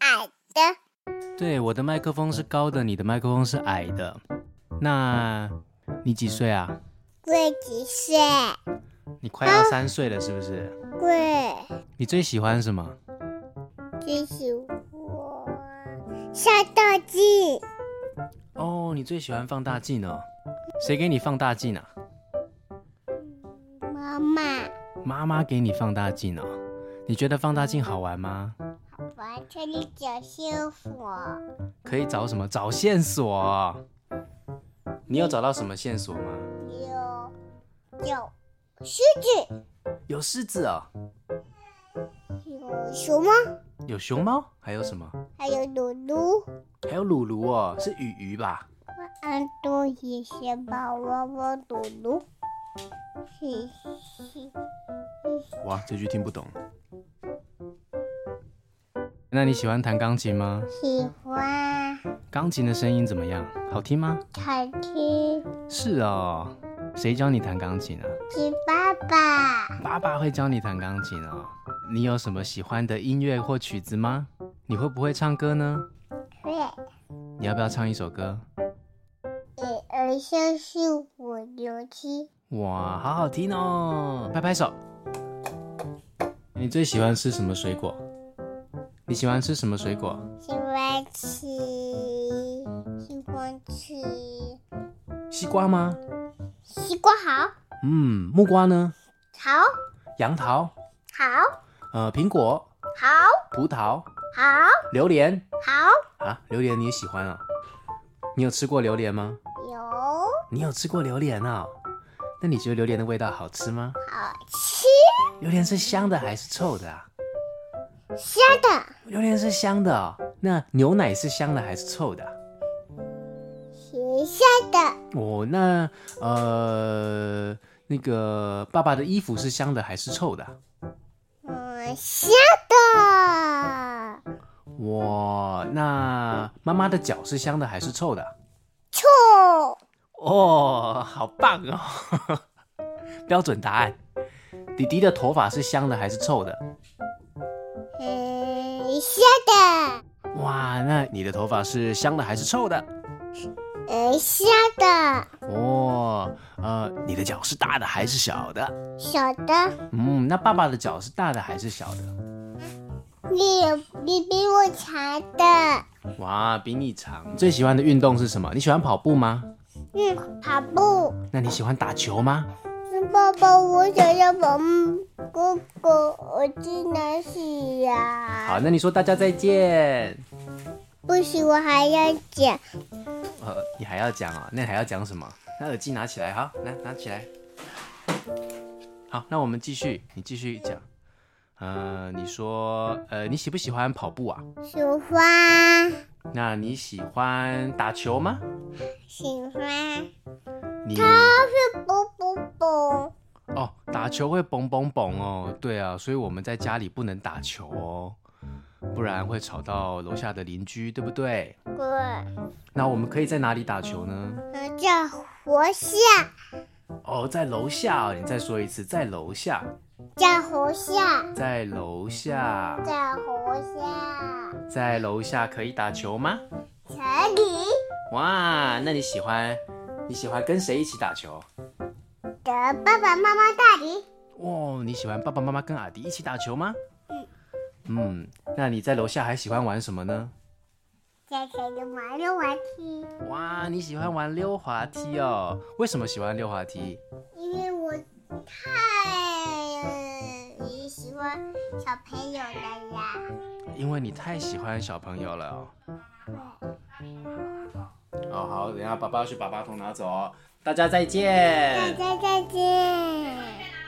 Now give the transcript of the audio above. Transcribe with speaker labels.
Speaker 1: 矮的，
Speaker 2: 对，我的麦克风是高的，你的麦克风是矮的。那你几岁啊？
Speaker 1: 贵几岁？
Speaker 2: 你快要三岁了，是不是？
Speaker 1: 贵
Speaker 2: 你最喜欢什么？
Speaker 1: 最喜我下道具，
Speaker 2: 哦，你最喜欢放大镜哦。谁给你放大镜啊？
Speaker 1: 妈妈
Speaker 2: 妈妈给你放大镜哦。你觉得放大镜好玩吗？
Speaker 1: 我这里找幸福，
Speaker 2: 可以找什么？找线索。哦你有找到什么线索吗？
Speaker 1: 有有狮子，
Speaker 2: 有狮子哦，
Speaker 1: 有熊猫，
Speaker 2: 有熊猫，还有什么？
Speaker 1: 还有鲁鲁。
Speaker 2: 还有鲁鲁哦，是雨鱼吧？
Speaker 1: 安多也是把我我鲁鲁，嘿嘿，
Speaker 2: 哇，这句听不懂。那你喜欢弹钢琴吗？
Speaker 1: 喜欢
Speaker 2: 钢琴的声音怎么样？好听吗？
Speaker 1: 餐厅
Speaker 2: 是哦。谁教你弹钢琴啊？
Speaker 1: 是爸爸，
Speaker 2: 爸爸会教你弹钢琴哦。你有什么喜欢的音乐或曲子吗？你会不会唱歌呢？
Speaker 1: 对，
Speaker 2: 你要不要唱一首歌？
Speaker 1: 一二三四呃五六七，
Speaker 2: 哇，好好听哦！拍拍手。你最喜欢吃什么水果？你喜欢吃什么水果？
Speaker 1: 喜欢吃，喜欢吃
Speaker 2: 西瓜吗？
Speaker 1: 西瓜好，
Speaker 2: 嗯，木瓜呢？
Speaker 1: 好，
Speaker 2: 杨桃，
Speaker 1: 好，
Speaker 2: 呃，苹果，
Speaker 1: 好，
Speaker 2: 葡萄，
Speaker 1: 好，
Speaker 2: 榴莲
Speaker 1: 好，
Speaker 2: 啊，榴莲你也喜欢啊？你有吃过榴莲吗？
Speaker 1: 有
Speaker 2: 你有吃过榴莲啊、那你觉得榴莲的味道好吃吗？
Speaker 1: 好吃
Speaker 2: 榴莲是香的还是臭的啊？
Speaker 1: 香的，
Speaker 2: 榴莲是香的哦。那牛奶是香的还是臭的啊、
Speaker 1: 学校的
Speaker 2: 哦，那呃，那个爸爸的衣服是香的还是臭的啊、
Speaker 1: 嗯香的。
Speaker 2: 哇，那妈妈的脚是香的还是臭的啊、
Speaker 1: 臭，
Speaker 2: 哦，好棒哦！ 标准答案。弟弟的头发是香的还是臭的？
Speaker 1: 嗯，香的，
Speaker 2: 哇，那你的头发是香的还是臭的？
Speaker 1: 嗯，香的，
Speaker 2: 哦，呃，你的脚是大的还是小的？
Speaker 1: 小的，
Speaker 2: 嗯，那爸爸的脚是大的还是小的？
Speaker 1: 你有你比我长的，
Speaker 2: 哇，比你长。你最喜欢的运动是什么？你喜欢跑步吗？
Speaker 1: 嗯，跑步，
Speaker 2: 那你喜欢打球吗？
Speaker 1: 爸爸，我想要跑步，哥哥，我去哪里呀、
Speaker 2: 好，那你说大家再见。
Speaker 1: 不行，我还要讲，
Speaker 2: 呃，你还要讲啊、那你还要讲什么？那耳机拿起来，好，来拿起来。好，那我们继续，你继续讲。呃，你说，呃，你喜不喜欢跑步啊？
Speaker 1: 喜欢，
Speaker 2: 那你喜欢打球吗？
Speaker 1: 喜欢，
Speaker 2: 你
Speaker 1: 不不不，
Speaker 2: 哦，打球会嘣嘣嘣哦，对啊，所以我们在家里不能打球哦，不然会吵到楼下的邻居，对不对？
Speaker 1: 滚，
Speaker 2: 那我们可以在哪里打球呢？
Speaker 1: 嗯，叫活下，
Speaker 2: 哦，在楼下、哦，你再说一次，在楼下，
Speaker 1: 叫活下，
Speaker 2: 在楼下。
Speaker 1: 叫活下。
Speaker 2: 在楼下可以打球吗？
Speaker 1: 可以
Speaker 2: 哇，那你喜欢你喜欢跟谁一起打球？
Speaker 1: 的爸爸妈妈大礼，
Speaker 2: 哦，你喜欢爸爸妈妈跟阿迪一起打球吗？嗯，那你在楼下还喜欢玩什么呢？
Speaker 1: 在可以玩溜滑梯，
Speaker 2: 哇，你喜欢玩溜滑梯哦？为什么喜欢溜滑梯？
Speaker 1: 因为我太也喜欢小朋友了呀。
Speaker 2: 因为你太喜欢小朋友了哦。哦，好，等一下爸爸要去把爸桶拿走哦。大家再见。
Speaker 1: 大家再见。